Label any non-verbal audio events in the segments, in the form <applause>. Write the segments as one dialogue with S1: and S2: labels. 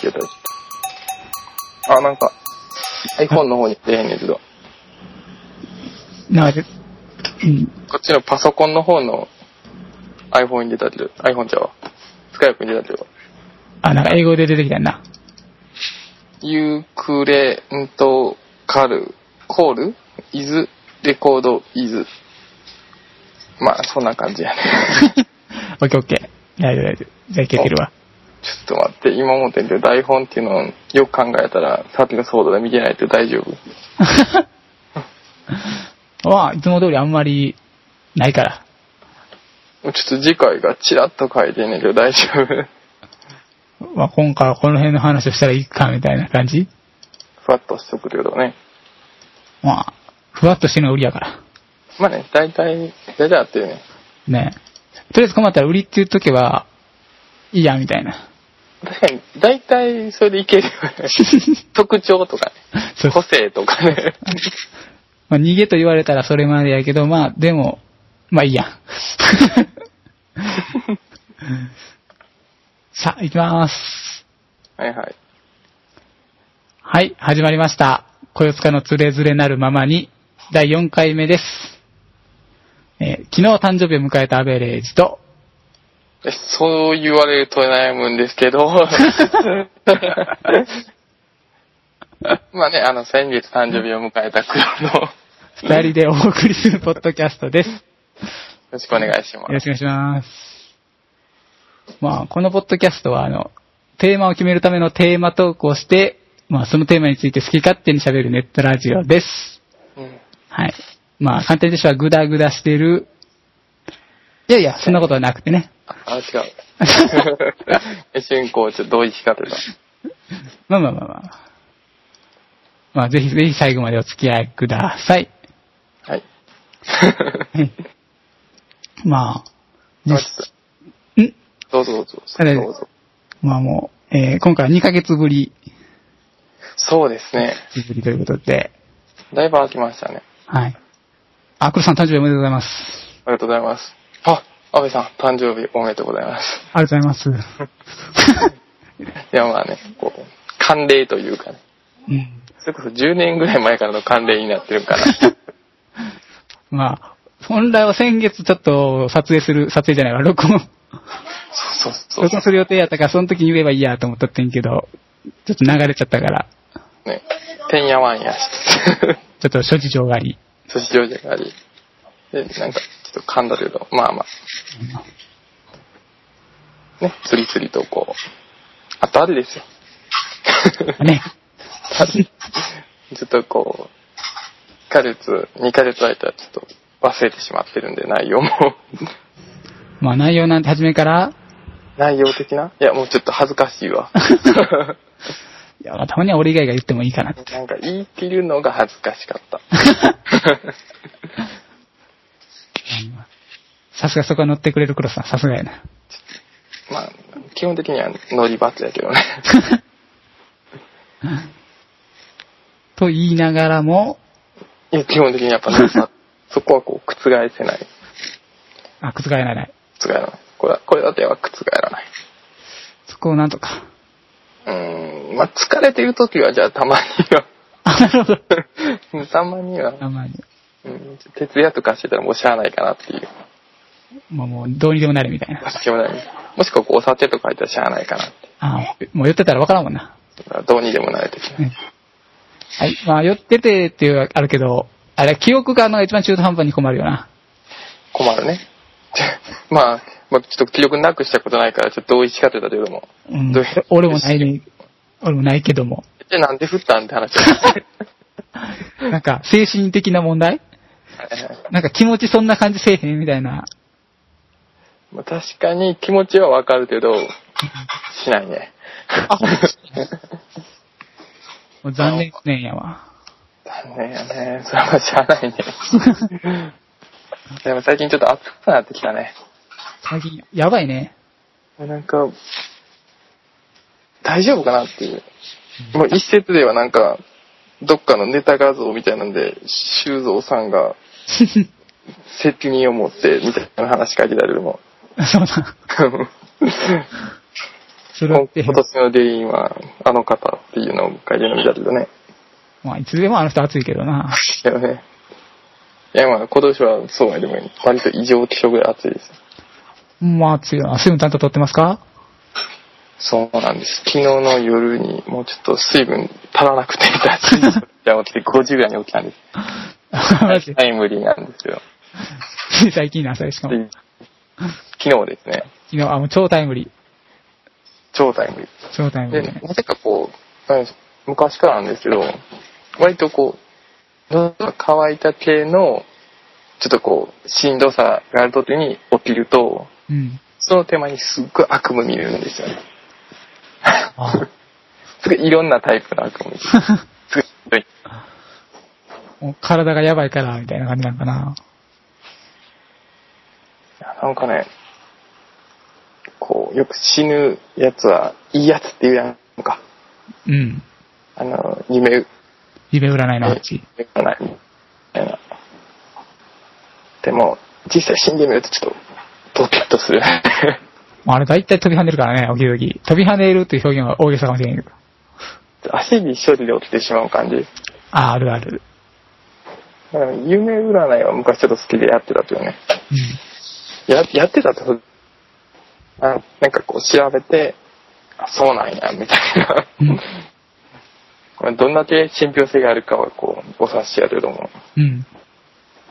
S1: けど。あ、なんか、iPhone の方に出へんねんけど、
S2: なる。うん。
S1: こっちのパソコンの方の iPhone に出たけど、iPhone ちゃうわ。スカイプに出たけど、
S2: あ、なんか英語で出てきたんな。
S1: ユークレントカル、コールイズ、レコード、イズ。まあ、そんな感じやね。 <laughs>
S2: オッケーオッケー。大丈夫大丈夫。じゃあいけてるわ。
S1: ちょっと待って、今思ってんけど、台本っていうのをよく考えたら、さっきのソードで見てないって大丈夫
S2: <laughs> は、いつも通りあんまりないから。
S1: ちょっと次回がチラッと書いてんねんけど大丈夫
S2: まあ、今回はこの辺の話をしたらいいか、みたいな感じ
S1: ふわっとしとくけどね。
S2: まあ、ふわっとしてるのが売りやから。
S1: まあね、大体、大体合ってるね。
S2: ねとりあえず困ったら売りって言っとけば、いいや、みたいな。
S1: 確かに、大体それでいけるよ
S2: <laughs>
S1: ね。特徴とか
S2: そ
S1: ね、
S2: う
S1: 個性とかね。
S2: まあ、逃げと言われたらそれまでやけど、まあ、でも、まあいいや。さあ、行きます。
S1: はいはい。
S2: はい、始まりました。小四日のつれづれなるままに、第4回目です。えー昨日誕生日を迎えたアベレージと、
S1: えそう言われると悩むんですけ
S2: <laughs>
S1: ど。まあね、あの、先月誕生日を迎えた黒の、よ
S2: 二人でお送りするポッドキャストです。よ
S1: ろしくお願いしま
S2: ろ
S1: す。
S2: しくお願いします。まあ、このポッドキャストは、あの、テーマを決めるためのテーマトークをして、まあ、そのテーマについて好き勝手に喋るネットラジオです。
S1: うん
S2: はい。まあ、簡単に言うとしてはグダグダしてる。いやいや、そんなことはなくてね。
S1: あ、違う。 <laughs> え瞬行、ちょっと同意しかけた。
S2: まあまあまあまあ。まあ、ぜひぜひ最後までお付き合いください。
S1: はい。 <laughs>
S2: はいまあ、
S1: ま
S2: 実
S1: あちょっ
S2: 際ん
S1: とどうぞどうぞ。
S2: あれ
S1: どうぞ。
S2: まあもう、えー今回は2ヶ月ぶり、
S1: そうですね。
S2: ぶりということで、
S1: だいぶ空きましたね。
S2: はい。あ、黒さん誕生日おめでとうございます。
S1: ありがとうございます。あ、安部さん、誕生日おめでとうございます。 <laughs>
S2: ありがとうございます。
S1: いや、まあね、こう、慣例というかね。
S2: うん。 <laughs>
S1: それこそ10年ぐらい前からの慣例になってるから。
S2: まあ、本来は先月ちょっと撮影する、撮影じゃないわ、録音、
S1: そうそう
S2: 録
S1: そ
S2: 音する予定やったから、その時に言えばいいやと思ったってんけど、ちょっと流れちゃったから、
S1: う。ね。てんやわんやして。 <laughs>
S2: ちょっと諸事情があり、
S1: そして情者があり。で、なんか、ちょっと噛んだけど、まあまあ。ね、つりつりとこう。あとあれですよ。 <laughs>
S2: ね。
S1: ちょっとこう、1ヶ月、2ヶ月空いたらちょっと忘れてしまってるんで、内容も。
S2: まあ内容なんて初めから、
S1: <laughs> 内容的ないや、もうちょっと恥ずかしいわ。 <laughs>
S2: いや、まあたまには俺以外が言ってもいいかな。
S1: なんか言い切るのが恥ずかしかった。<laughs>
S2: <laughs> さすがそこは乗ってくれる黒さん、さすがやな。 <laughs>
S1: まあ、基本的にはノリバツやけど <laughs> ね。
S2: と言いながらも、
S1: いや基本的にやっぱノリバツ。そこはこう、覆せない。
S2: あ、覆らない。
S1: 覆らない。これは、これだけは覆らない。
S2: そこをなんとか。 <laughs>
S1: うーん、まあ疲れてる時は、じ <laughs> ゃあたまに
S2: あ、なるほど。
S1: は、たまには、
S2: あまあね
S1: うん、徹夜とかしてたらもうしゃあないかなっていう。
S2: まあもう、どうにでもなるみたい
S1: も
S2: な。
S1: しもない。もしくはこうお酒とか入ったらしゃあないかなって。
S2: あもう寄ってたらわからんもんな。
S1: だからどうにでもなれてき
S2: うんはい。まあ、寄っててっていうのはあるけど、あれ、記憶があるのが一番中途半端に困るよな。
S1: 困るね。 <laughs> まあ、まあ、ちょっと記憶なくしたことないから、ちょっと美味しかったけども。
S2: うん
S1: どういう。
S2: 俺もないね。俺もないけども。
S1: で、なんで振ったんって
S2: <laughs>
S1: 話だね
S2: なんか、精神的な問題
S1: はいはい
S2: なんか気持ちそんな感じせえへんみたいな。
S1: まあ確かに気持ちはわかるけど、しないね。
S2: もう残念ねんやわ。
S1: <laughs> 残念やね。それはしゃあない
S2: <laughs>
S1: ね。でも最近ちょっと暑くなってきたね。
S2: 最近、やばいね。 <laughs>
S1: なんか、大丈夫かなっていう。もう一説ではなんか、どっかのネタ画像みたいなんで、修造さんが責任を持ってみたいな話書いてたけども。
S2: そうだ。する
S1: 今
S2: っていう
S1: 今。年のデリーンは、あの方っていうのを書いてるみたいだね。
S2: まあ、いつでもあの人暑いけどな。
S1: いやね。いや、まあ、今年はそうはでも、割と異常気象ぐらい暑いです。
S2: まあ、暑いよな。水分ちゃんと取ってますか <laughs>
S1: そうなんです。昨日の夜にもうちょっと水分足らなくて、水
S2: <laughs>
S1: 分が起きて5時ぐらいに起きたんです。
S2: マジ
S1: タイムリーなんですよ。
S2: つい最近な、それしかも。
S1: で昨日ですね、
S2: 昨日、あ、もう超タイムリー。
S1: 超タイムリー。
S2: 超タイム
S1: で
S2: リー、ね。
S1: なぜかこう、なんでしょう昔からなんですけど、割とこう、喉が乾いた系の、ちょっとこう、しんどさがある時に起きると、
S2: うん。 <laughs>
S1: その手前にすっごい悪夢見れるんですよね。 <laughs>
S2: ああ
S1: すごいいろんなタイプの悪夢。すごいひどい
S2: もう体がやばいから、みたいな感じなんかな。
S1: なんかね、こう、よく死ぬやつはいいやつっていうやんか。
S2: うん。
S1: あの、夢
S2: 夢占いの話。
S1: 夢がないみたいな。でも、実際死んでみるとちょっと、ドキッとす
S2: <laughs>
S1: る。
S2: まあ、あれ大体飛び跳ねるからね、起きるとき。飛び跳ねるっていう表現は大げさかもしれんけど。
S1: 足に処理で起きてしまう感じ。
S2: ああ、あるある。
S1: だから夢占いは昔ちょっと好きでやってたけどね。
S2: うん。
S1: ややってたってことあなんかこう調べて、あ、そうなんや、みたいな。
S2: うん
S1: これどんだけ信憑性があるかはこう、お察しやけども。
S2: うん。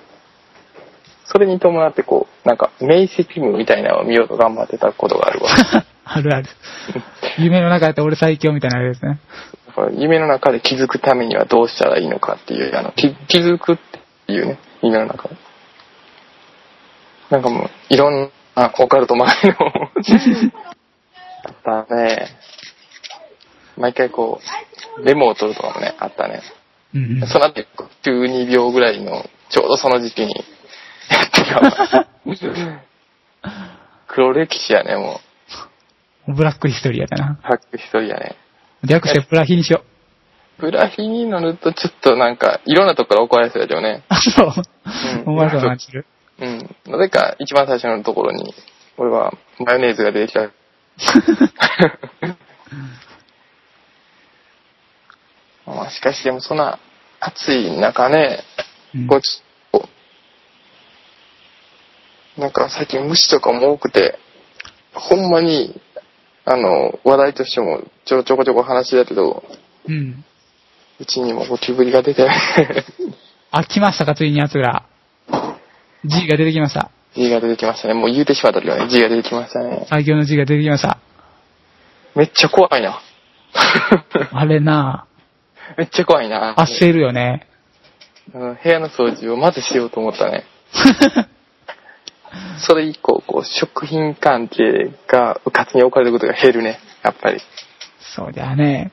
S2: <laughs>
S1: それに伴ってこう、なんか、明晰夢みたいなのを見ようと頑張ってたことがあるわ。
S2: あるある。夢の中やったら俺最強みたいなあれですね。
S1: だから夢の中で気づくためにはどうしたらいいのかっていう、あの、気気づくっていうね、夢の中で。なんかもう、いろんな、オカルト周りのあったね。毎回こう、メモを取るとかもね、あったね。
S2: うんうん。
S1: その後、12秒ぐらいの、ちょうどその時期に、やってたわ黒歴史やね、も
S2: ブラックヒストリアだな
S1: う。。ハック一人やね。
S2: 略してブラヒにしよう。
S1: ブラヒに乗るとちょっとなんか、いろんなとこから怒られそうだけどね。
S2: あ、そう。
S1: うん
S2: 思われそうな感じする。
S1: うん。なぜか一番最初のところに、俺はマヨネーズが出てきた。まあ、しかしでもそんな暑い中ね、
S2: うん
S1: こうちょっと、なんか最近虫とかも多くて、ほんまに、あの、話題としてもちょちょこちょこ話だけど、
S2: うん。
S1: うちにもゴキブリが出て、
S2: あ、来ましたか、ついに奴ら。G が出てきました。
S1: G が出てきましたね。もう言うてしまったけどね、G が出てきましたね。
S2: 最強の G が出てきました。
S1: めっちゃ怖いな。 <laughs>
S2: あれな
S1: めっちゃ怖いな。
S2: ぁ、焦るよね。 <laughs>
S1: うん部屋の掃除をまずしようと思ったね。それ以降、こう、食品関係がうかつに置かれることが減るね。やっぱり。
S2: そうだね。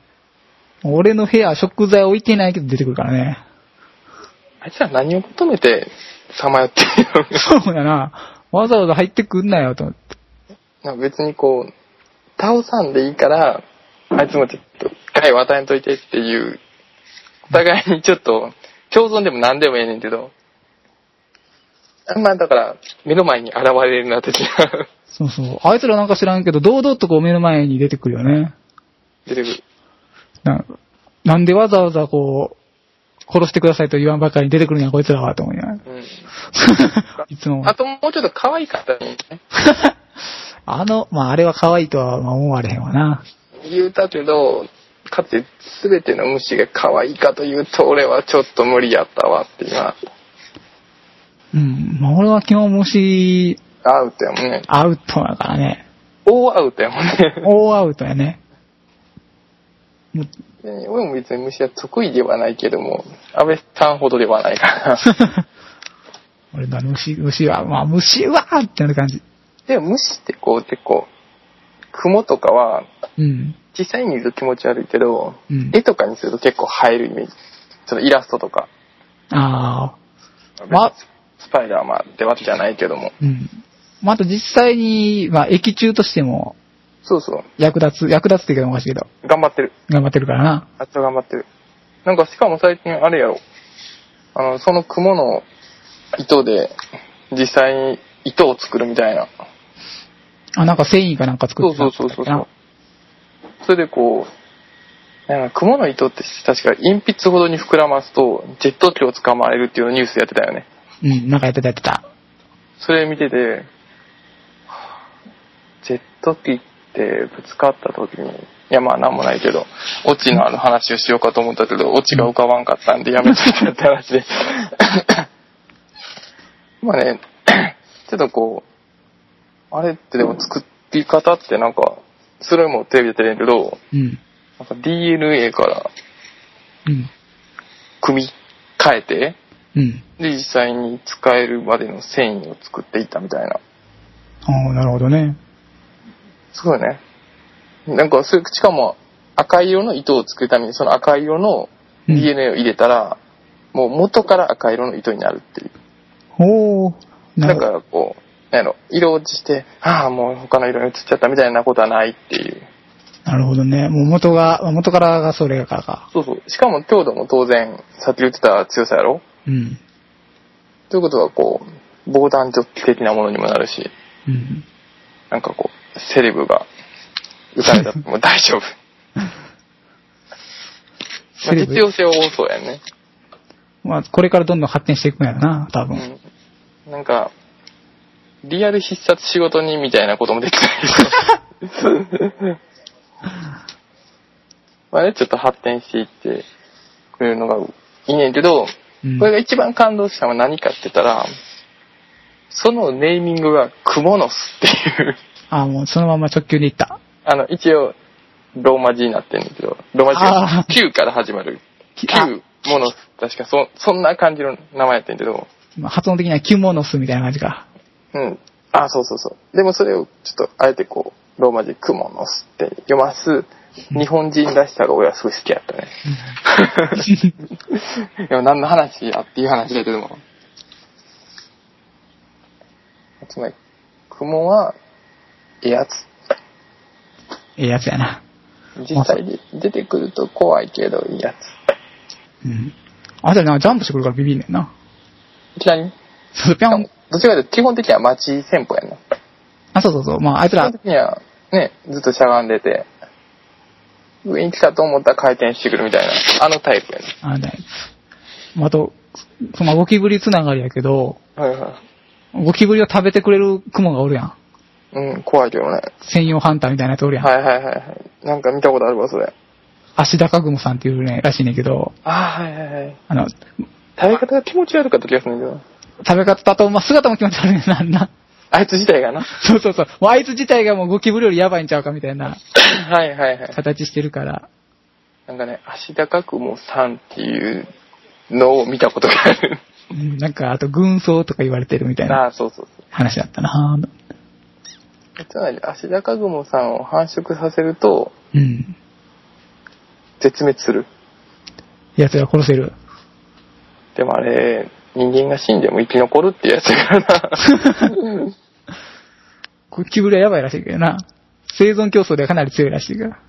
S2: 俺の部屋は食材置いてないけど出てくるからね。
S1: あいつら何を求めて、さまよってるの
S2: そうだな。わざわざ入ってくんなよと思って。
S1: なんか別にこう、倒さんでいいから、あいつもちょっと、害を与えんといてっていう、お互いにちょっと、共存でも何でもええねんけど、あんまだから、目の前に現れるな、的な。
S2: そうそう。あいつらなんか知らんけど、堂々とこう目の前に出てくるよね。
S1: 出てくる。
S2: ななんでわざわざこう、殺してくださいと言わんばかりに出てくるんや、こいつらは、と思いながら。
S1: うん。
S2: いつも。 <laughs>
S1: あともうちょっと可愛かったね。
S2: あの、まあ、あれは可愛いとはまあ思われへんわな。
S1: 言うたけど、かつて全ての虫が可愛いかというと、俺はちょっと無理やったわって今、
S2: うん。まあ、俺は基本虫、
S1: アウトやもん
S2: <laughs>
S1: ね。
S2: アウトだからね。
S1: 大アウトやもんね。
S2: 大アウトやね。もう <laughs>
S1: 俺も別に虫は得意ではないけども、安倍さんほどではないから。
S2: <laughs> 俺だ、虫、虫は、まあ、虫はってなる感じ。
S1: でも虫ってこう結構、雲とかは、
S2: うん。
S1: 実際に見ると気持ち悪いけど、
S2: うん
S1: 絵とかにすると結構映えるイメージ。そのイラストとか。
S2: ああ。まあ、
S1: スパイダーマンってわけじゃないけども。
S2: うん。まあ、あと実際に、まあ、液中としても
S1: そうそう。
S2: 役立つ、役立つって言うのおかしいけど、
S1: 頑張ってる。
S2: 頑張ってるからな。
S1: あっちは頑張ってる。なんかしかも最近あれやろ。あの、その雲の糸で実際に糸を作るみたいな。
S2: あ、なんか繊維かなんか作
S1: そ
S2: っ
S1: う
S2: て
S1: そうそうそうそう。それでこう、なんか蜘蛛の糸って確か鉛筆ほどに膨らますと、ジェット機を捕まえるっていうのをニュースやってたよね。
S2: うん、なんかやってたやってた。
S1: それ見てて、はぁジェット機ってぶつかった時に、いやまあなんもないけど、オチのある話をしようかと思ったけど、オチが浮かばんかったんでやめとい <laughs> たって話で。まあね、ちょっとこう、あれってでも作り方ってなんか、それもテレビでやってるんやけど、
S2: うん。
S1: なんか DNA から
S2: うん。
S1: 組み替えて、
S2: うん。
S1: で実際に使えるまでの繊維を作っていったみたいな。
S2: ああ、なるほどね。
S1: すごいね。なんか、それ、しかも、赤い色の糸を作るために、その赤い色の
S2: うん
S1: DNA を入れたら、もう元から赤色の糸になるっていう。
S2: おお。な
S1: だ
S2: るほ
S1: か
S2: ど。
S1: ら、こう、なんやろ、色落ちして、ああ、もう他の色に移っちゃったみたいなことはないっていう。
S2: なるほどね。もう元が、元からがそれからか。
S1: そうそう。しかも、強度も当然、さっき言ってた強さやろ
S2: うん。
S1: ということは、こう、防弾チョッキ的なものにもなるし、
S2: うん。
S1: なんかこう、セレブが撃たれ
S2: <laughs>
S1: たっても大丈夫。まあ
S2: セレブ
S1: 実用性は多そうやんね。
S2: まあ、これからどんどん発展していくんやろな、多分。
S1: うんなんか、リアル必殺仕事人みたいなこともできないけど。
S2: <laughs>
S1: まあね、ちょっと発展していってくれるのがいいねんけど、
S2: うん
S1: これが一番感動したのは何かって言ったら、そのネーミングがクモノスっていう、
S2: ああ、もうそのまま直球でいった。
S1: あの、一応、ローマ字になってるんだけど、ローマ
S2: あ
S1: 字が9から始まる。
S2: きあ
S1: 9、モノス。確かそ、そんな感じの名前やってんけど、
S2: まあ発音的にはキュモノスみたいな感じか。
S1: うん。あ、そうそうそう。でもそれをちょっとあえてこう、ローマ字でクモのスって読ます、日本人らしさが俺はすごい好きやったね。 <laughs> でも何の話やっていう話だけども。つまり、クモは、ええやつ。
S2: ええやつやな。
S1: 実際に出てくると怖いけど、いいやつ。
S2: うん。あとな、ジャンプしてくるからビビんねんな。
S1: いきなり
S2: そう、ぴょん。
S1: どっちかというと基本的には街戦法やんな。
S2: あ、そうそうそう。まあ、あいつ
S1: 基
S2: ら
S1: 本、的にはね、ずっとしゃがんでて、上に来たと思ったら回転してくるみたいな、あのタイプやね。
S2: あのね、まああと、そのゴキブリつながりやけど、
S1: はいは
S2: ゴキブリを食べてくれるクモがおるやん。
S1: い。うん、怖いけどね。
S2: 専用ハンターみたいなやつおるやん。
S1: はいはいはいはい。なんか見たことあるわ、それ。
S2: 足高雲さんっていうね、らしいねんけど、
S1: ああ、はいはいはい。
S2: あの、
S1: 食べ方が気持ち悪かった気がするんだけど。
S2: 食べ方と、まあ、姿も気持ち悪いねんなあんな。 <laughs>
S1: あいつ自体がな。
S2: そうそうそう。もうあいつ自体がもうゴキブリよりやばいんちゃうかみたいな
S1: <laughs> はいはいはい。
S2: 形してるから。
S1: なんかね、足高くも3っていうのを見たことがある。
S2: うん、なんか、あと軍曹とか言われてるみたいな
S1: <laughs> ああ、そうそうそう。
S2: 話だったな
S1: つまり、足高雲さんを繁殖させると、
S2: うん。
S1: 絶滅する。
S2: 奴ら殺せる。
S1: でもあれ、人間が死んでも生き残るってやつや <laughs> からな。
S2: ゴキブリはやばいらしいけどな。生存競争ではかなり強いらしいから。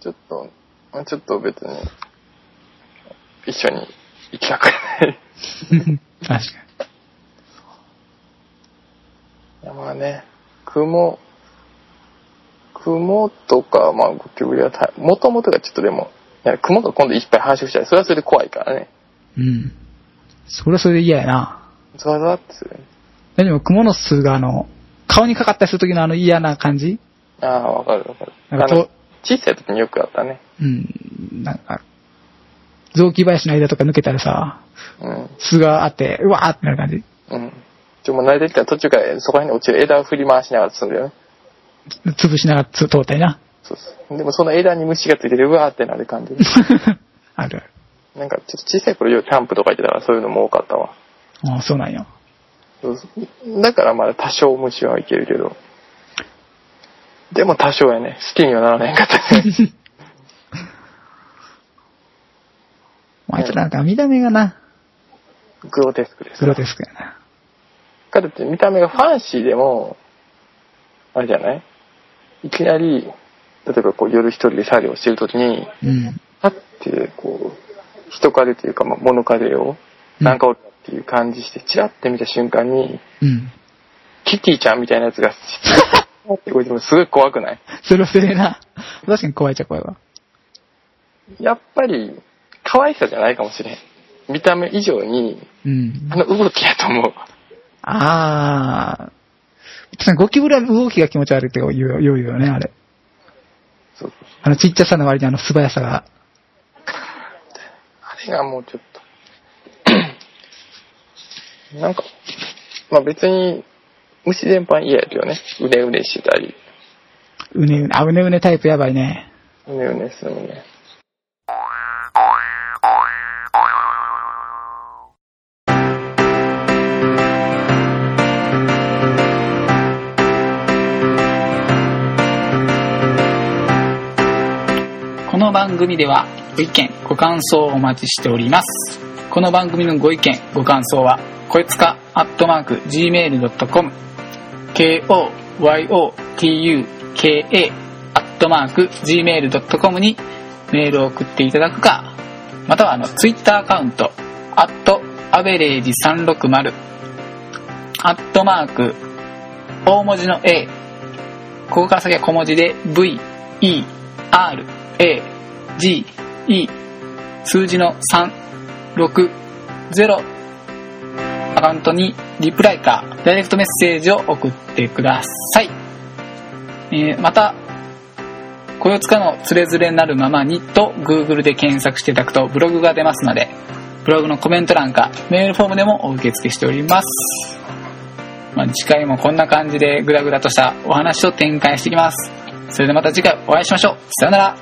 S1: ちょっと、まあちょっと別に、一緒に行きたくない。
S2: うん <laughs> 確か
S1: いやまあね、雲、雲とか、まあゴキブリはた、もともとがちょっとでも、いや雲が今度いっぱい繁殖したら、それはそれで怖いからね。
S2: に。うん。それはそれで嫌やな。
S1: ゾワゾワってする。
S2: でも、蜘蛛の巣があの、顔にかかったりする時のあの嫌な感じ
S1: ああ、わかるわかる。あ
S2: なんか
S1: の
S2: と、
S1: 小さい時によくあったね。
S2: うん。なんか、雑木林の間とか抜けたらさ、
S1: うん。
S2: 巣があって、うわーってなる感じ。
S1: うん。ちょ、もう慣れてきたら途中からそこら辺に落ちる枝を振り回しながら進んだよね。
S2: 潰しながら通ったり <laughs> な。
S1: そうそう。でもその枝に虫がついてて、うわーってなる感じ。
S2: <laughs> あるある。
S1: なんかちょっと小さい頃ようキャンプとか行ってたからそういうのも多かったわ。
S2: ああ、そうなんよ。
S1: そうそうだからまだ多少虫はいけるけど。でも多少やね。好きにはならないか
S2: <laughs>
S1: ったね。
S2: あいつらなんか見た目がな、
S1: グロテスクです。
S2: グロテスクやな。
S1: かといって見た目がファンシーでも、あれじゃないいきなり、例えばこう夜一人で作業してる時に、
S2: うん。
S1: パッてこう、人影というか、まあ、物影を、
S2: うん
S1: なんかおるなっていう感じして、チラッて見た瞬間に、
S2: うん。
S1: キティちゃんみたいなやつが、 <laughs> ーって動いてもすごい怖くない
S3: それはそれな。確かに怖いっちゃ怖いわ。
S1: やっぱり、可愛さじゃないかもしれん。見た目以上に、
S3: うん
S1: あ。の動きやと思う。
S3: あー。確かにゴキブリは動きが気持ち悪いって言うよ言うよね、あれ。
S1: そう
S3: あのちっちゃさの割にあの素早さが。
S1: あれがもうちょっと。 <clears throat> なんか、まあ別に、虫全般嫌やけどね。うねうねしてたり、
S3: うねうね、あ、うねうねタイプやばいね。
S1: うねうねするのね。
S3: この番組ではご意見ご感想をお待ちしておりますこの番組のご意見ご感想はこいつかアットマーク gmail.com k-o-y-o-t-u-k-a アットマーク gmail.com にメールを送っていただくかまたはあのツイッターアカウントアットアベレージ360アットマーク大文字の A ここから先は小文字で V E R A G E 数字の360アカウントにリプライかダイレクトメッセージを送ってください、えーまた「こよつかのつれづれなるままに」と Google で検索していただくとブログが出ますのでブログのコメント欄かメールフォームでもお受け付けしております、まあ、次回もこんな感じでグダグダとしたお話を展開していきますそれではまた次回お会いしましょう。さようなら。